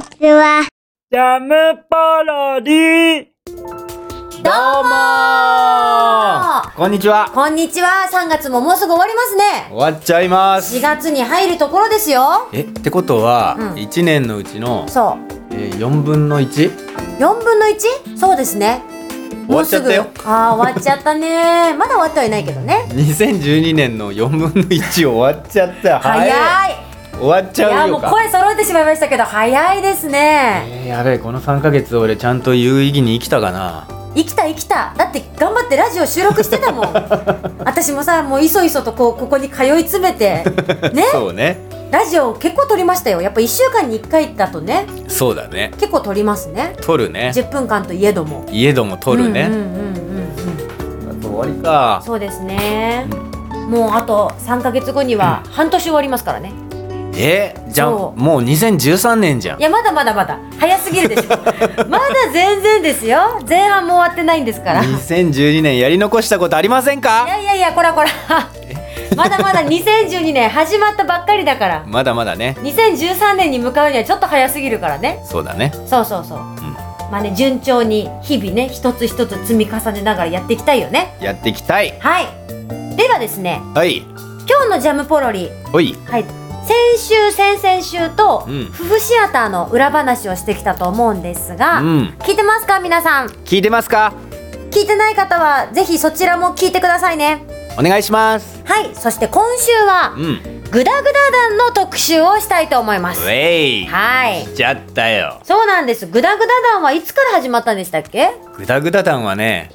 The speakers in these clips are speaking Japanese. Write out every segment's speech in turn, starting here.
ちは。ジャムパロディどうもこんにちはこんにちは。3月ももうすぐ終わりますね。終わっちゃいます4月に入るところですよ。え、ってことは、うん1年のうちの、そう。えー、4分の 1? 4分の 1? そうですね。終わっちゃったよもうすぐああ、終わっちゃったね。 まだ終わってはいないけどね。 2012年の4分の1終わっちゃった早い。終わっちいゃや、うもようか声揃えてしまいましたけど、早いですね。えーやべえこの3ヶ月俺ちゃんと有意義に生きたかな生きた生きた。だって頑張ってラジオ収録してた もん。私もさ、もういそいそとこう、ここに通い詰め て。ね。そうねラジオ結構撮りましたよ。やっぱ1週間に1回だとね、そうだね結構撮りますね。取るね10分間といえども。家ども取るうんうね、んうんうんうん。終わりかそうですね。もうあと3ヶ月後には半年終わりますからね。えじゃあそうもう2013年じゃんいやまだまだまだ早すぎるでし ょ。まだ全然ですよ。前半も終わってないんですから。い2012年やり残したことありませんかやいやいやこらこら。まだまだ2012年始まったばっかりだから。まだまだね2013年に向かうにはちょっと早すぎるからね。そうだねそうそうそう。まあね順調に日々ね一つ一つ積み重ねながらやっていきたいよね。やっていきたいはい。ではですねはい今日のジャムポロリおいはい、先週先々週と、うん夫婦シアターの裏話をしてきたと思うんですが、うん聞いてますか皆さん聞いてますか聞いてない方はぜひそちらも聞いてくださいねお願いしますはいそして今週はうんグダグダ団の特集をしたいと思いまウすェイはい来ちゃったよそうなんですグダグダ団はいつから始まったんでしたっけグダグダ団はね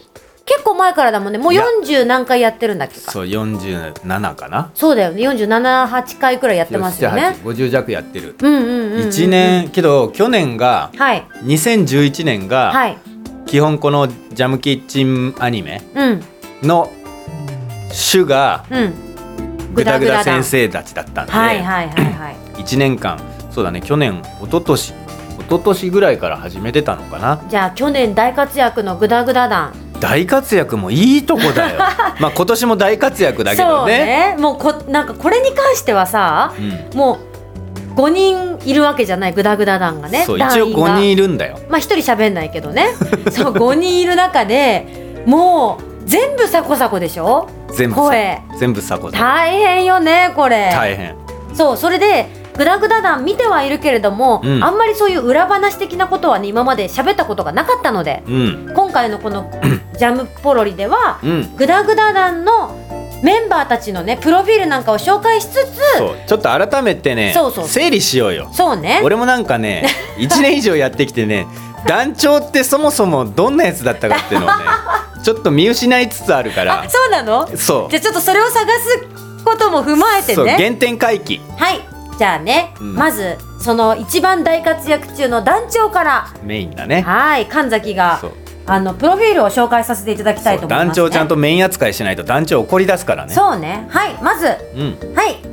結構前からだもんねもういや40何回やってるんだっけかそう47かなそうだよね478回くらいやってますよね50弱やってるうんうんうん、うん、 1年けど去年がはい2011年がはい基本このジャムキッチンアニメうんの主がうんグダグダ団先生たちだったんではいはいはいはい。 1年間そうだね去年一昨年一昨年ぐらいから始めてたのかな じゃあ去年大活躍のグダグダ団。大活躍もいいとこ だよまあ今年も大活躍だけそどうねね。もうこなんかこれに関してはさ、もう五人いるわけじゃないグダグダ団がうんね。そう団一応員が5人いるんだよまあ一人喋んないけどね。 そう五人いる中で、もう全部サコサコでしょ。全部さ声全部さこさん大変よねこれ。大変そうそれで。グダグダ団見てはいるけれども、うんあんまりそういう裏話的なことはね今まで喋ったことがなかったのでうん今回のこ の「ジャムポロリ」では、うんグダグダ団のメンバーたちのねプロフィールなんかを紹介しつつそうそうちょっと改めてねそうそう整理しようよね俺もなん かね1年以上やってきてね団長ってそもそもどんなやつだったかっていうのを ねちょっと見失いつつあるからあそうなのそうじゃあちょっとそれを探すことも踏まえてそうね原点回帰はいじゃあね、うんまずその一番大活躍中の団長からメインだねはい神崎がそうあのプロフィールを紹介させていただきたいと思います、ね、団長ちゃんとメイン扱いしないと団長怒り出すからねそうねはいまずはうんい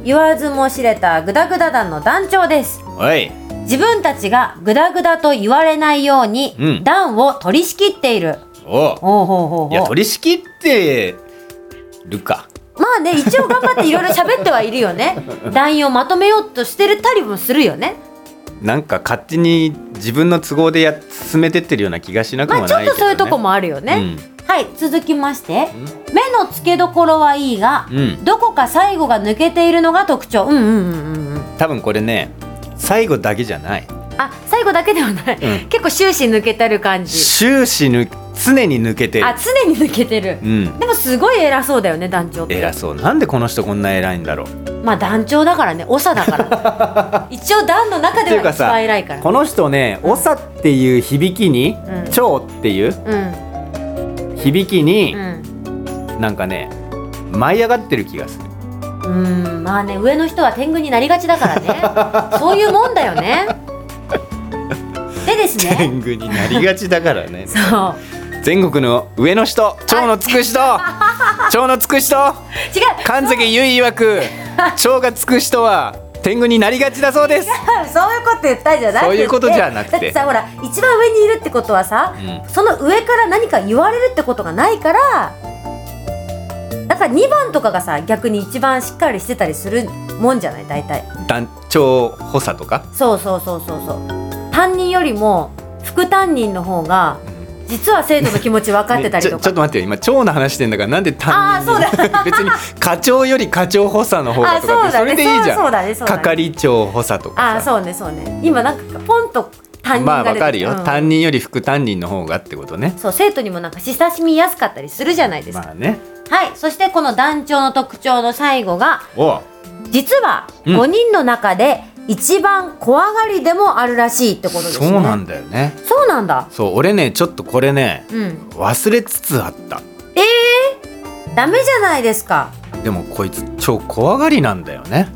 言わずも知れたグダグダ団の団長ですおい自分たちがグダグダと言われないように、うん団を取り仕切っているおうほうほうほうほういや取り仕切ってるかまあね一応頑張っていろいろ喋ってはいるよ ね団員をまとめようとしてるたりもするよねなんか勝手に自分の都合でや進めてってるような気がしなくまもなあいちけょっど、ね、とそういうとこもあるよね、はい続きまして目の付けどころはいいが、うんどこか最後が抜けているのが特徴うんうんうんうんうん多分これね最後だけじゃないあ最後だけではない、うん結構終始抜けてる感じ終始抜常に抜けてるあ常に抜けてる、うんでもすごい偉そうだよね団長って偉そうなんでこの人こんな偉いんだろうまあ団長だからね長だから 一応団の中ってでいうはか一さ番偉いからこの人ね「長」っていう響きにうん「長」っていううん響きにう、んなんかね舞い上がってる気がするうーんまあね上の人は天狗になりがちだから ねそういうもんだよねでですね天狗になりがちだからねそう 全国の上の人蝶のつく人蝶のつく人違う神崎結衣曰く蝶がつく人は天狗になりがちだそうですそういうこと言ったんじゃないそういうことじゃなくてだってさほら一番上にいるってことはさ、うその上から何か言われるってことがないからだから2番とかがさ逆に一番しっかりしてたりするもんじゃない大体団長補佐とかそうそうそうそうそう担任よりも副担任の方が実は生徒の気持ち分かってたりねちとょちょかっと待ってよ今長の話してんだからなんで担任にあー 別に課長より課長補佐の方がとかってあそそうだねれでいいじそうそうだゃねんそうだね係長補佐とかさ ああそうねそうね今なんかポンと担任まあがわ出てきたかるよ、うん担任より副担任の方がってことねそう生徒にもなんか親しみやすかったりするじゃないですか、まあねはいそしてこの団長の特徴の最後がおう実はうん5人の中で一番怖がりでもあるらしいってことですねそうなんだよねそうなんだそう俺ねちょっとこれねうん忘れつつあったえー、ダメじゃないですかでもこいつ超怖がりなんだよね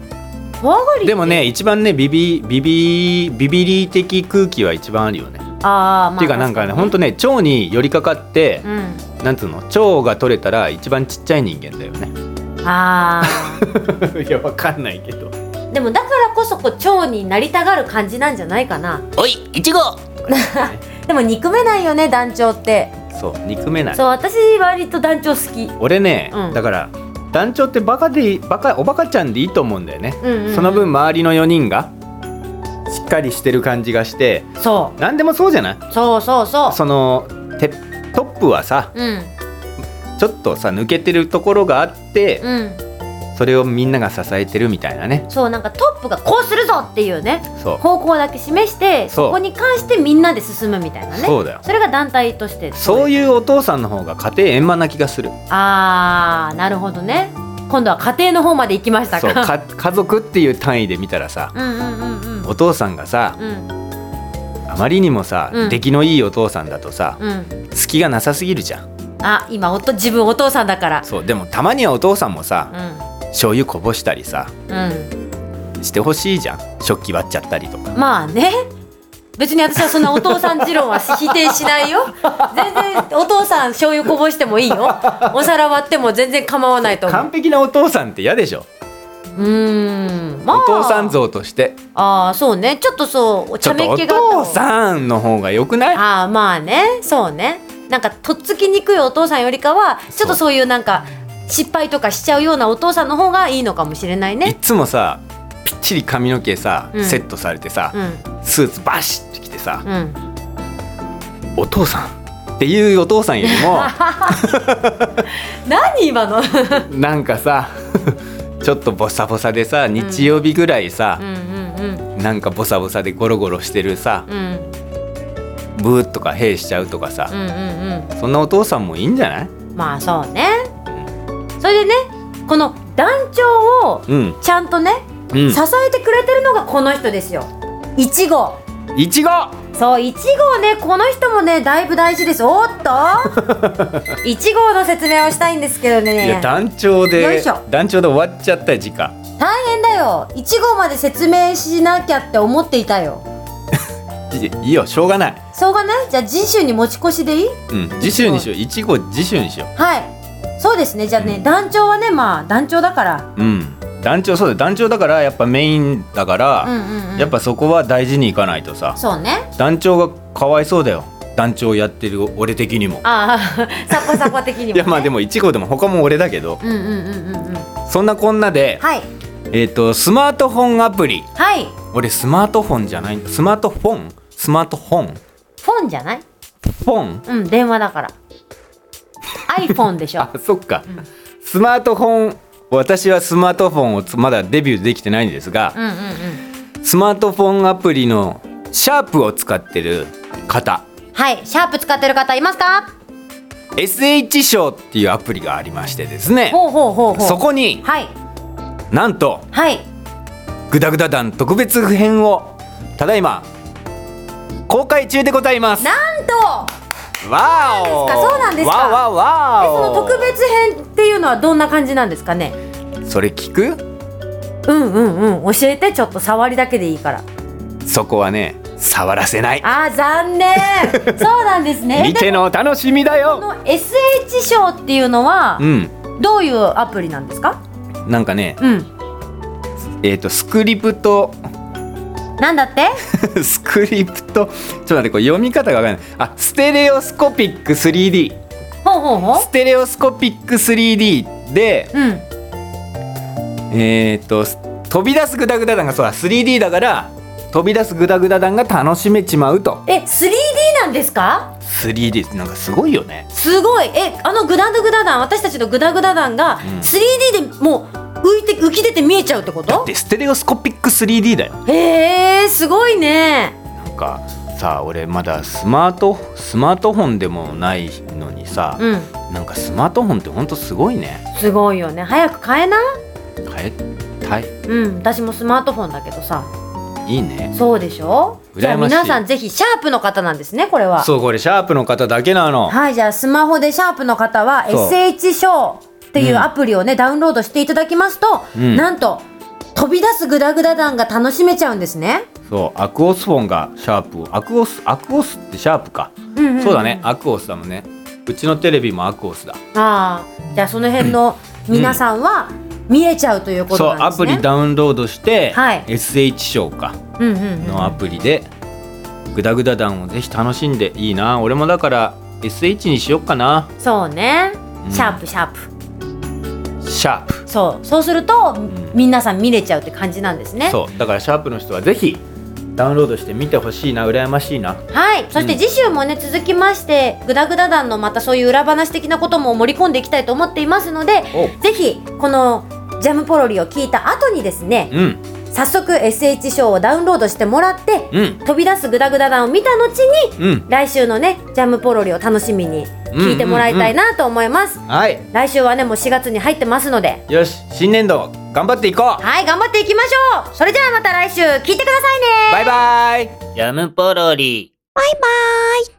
怖がりってでもね一番ねビビビビビビリ的空気は一番あるよね、ああまあっていうかなんかねほんとね腸に寄りかかって、うんなんつうの腸が取れたら一番ちっちゃい人間だよ ねああいやわかんないけど でもだからこそこう蝶になりたがる感じなんじゃないかなおいいちごでも憎めないよね団長って そう憎めないそう私割と団長好き俺ね、うんだから団長ってバカでいいバカおバカちゃんでいいと思うんだよね、うんうんうんその分周りの4人がしっかりしてる感じがしてそ何でもそうじゃないうそうそうそうそのてトップはさうんちょっとさ抜けてるところがあってうんそれをみんなが支えてるみたいなねそうなんかトップがこうするぞっていうねそう方向だけ示してそうそこに関してみんなで進むみたいなねそうだよれが団体としてそうういうお父さんの方が家庭円満な気がするあーなるほどね今度は家庭の方まで行きましたそかうか家族っていう単位で見たらさうんうんうんうんお父さんがさうんあまりにもさ、うん出来のいいお父さんだとさ、うん隙がなさすぎるじゃんあ今夫自分お父さんだからそうでもたまにはお父さんもさう醤油こぼしたりさんうんしてほしいじゃん食器割っちゃったりとかまあね別に私はそんなお父さん持論は否定しない よ全然お父さん醤油こぼしてもいいよお皿割っても全然構わないと思う完璧なお父さんって嫌でしょうーんまあお父さん像としてああそうねちょっとそうおちょ茶っと目っお気があった父方がさんの方が良くないああまあねそうねなんかとっつきにくいお父さんよりかはちょっとそういうなんか失敗とかしちゃうようなお父さんの方がいいのかもしれないいねつもさぴっちり髪の毛さ、うんセットされてさ、うんスーツバシッて着てさ、うんお父さんっていうお父さんより も何今のなんかさちょっとボサボサでさ日曜日ぐらいさうんう、んうんなんかボサボサでゴロゴロしてるさうんブーとかへいしちゃうとかさう、んうんそんなお父さんもいいんじゃないうんまあそうねそれでねこの団長をうんちゃんとね、うん支えてくれてるのがこの人ですよいちごいちごそう、1号ね、この人もね、だいぶ大事です。おっ と1号の説明をしたいんですけどいねや、団長よいでしょ団長で終わっちゃったよ時間大変だよ。1号まで説明しなきゃって思っていたよ。いいいよしょうがないしょうがないじゃあ、次週に持ち越しでいいうん次週にしよういちご次週にしよはい。そうですね。じゃあね、うん団長はね、まあ、団長だから。ううん団長そうだよ団長だからやっぱメインだから、うんうんうん。やっぱそこは大事にいかないとさそうね。団長がかわいそうだよ団長やってる俺的にもああ、サコサコ的にも、いやまあでも1号でも他も俺だけどうんうんうんうんうん。そんなこんなで、はい。えっ、とスマートフォンアプリはい。俺スマートフォンじゃないスマートフォンスマートフォンフォンじゃないフォンうん、電話だから。iPhone でしょあ。そっか、スマートフォン私はスマートフォンをつまだデビューできてないんですがう、んうんうん。スマートフォンアプリのシャープを使ってる方はい。シャープ使ってる方いますか SH 賞っていうアプリがありましてですねほうほうほうほうそこにはいなんとはいグダグダ団特別編をただいま公開中でございますなんとわおそうなんですかわわえわそおの特別編っていうのはどんな感じなんですかねそれ聞くうんうんうん教えてちょっと触りだけでいいからそこはね触らせないあー残 念そうなんですね見てでのお楽しみだこよの SH 賞っていうのはうんどういうアプリなんですかなんかねうんえっ、とスクリプト なんだってスクリプトちょっと待ってこれ読み方がわかんないあステレオスコピック 3D ほうほうほ ステレオスコピック 3D でううんえっ、と飛び出すグダグダ団がそうだ 3D だから飛び出すグダグダ弾が楽しめちまうとえ 3D なんですか 3D なんかすごいよねすごいえあのグダグダ団私たちのグダグダ団が 3D でもう浮いて浮き出て見えちゃうってこだっとてステレオスコピック 3D だよへえすごいねなんかさ俺まだスマートスマートフォンでもないのにさ、うんなんかスマートフォンってほんとすごいねすごいよね早く変えな変えたいうん私もスマートフォンだけどさいいねそうでしょじゃあ羨ましい皆さんぜひシャープの方なんですねこれはそうこれシャープの方だけなのはいじゃあスマホでシャープの方はそう SH ショーっていうアプリをね、ダウンロードしていただきますと、うんなんと飛び出すグダグダ弾が楽しめちゃうんですねそうアクオスフォンがシャープをアクオスアクオスってシャープか、うんうんうんそうだねアクオスだもんねうちのテレビもアクオスだああじゃあその辺の皆さんは見えちゃうというこそとうなんアですプねリダウンロードして、はい SH ショーかうんうんうんのアプリでグダグダ弾をぜひ楽しんでいいな俺もだから SH にしよっかなそうねうんシャープシャープシャープそうそうすると、皆さん見れちゃうって感じなんですねそうだからシャープの人はぜひダウンロードして見てほしいな羨ましいなはいそして次週もね、続きましてグダグダ団のまたそういう裏話的なことも盛り込んでいきたいと思っていますのでおうぜひこのジャムポロリを聞いた後にですねうん早速 SH ショーをダウンロードしてもらって、うん飛び出すグダグダ団を見た後にうん来週のねジャムポロリを楽しみに聞いてもらいたいなと思います、はい来週はねもう4月に入ってますのでよし新年度頑張っていこう、はい頑張っていきましょうそれじゃあまた来週聞いてくださいねバイバイジャムポロリ。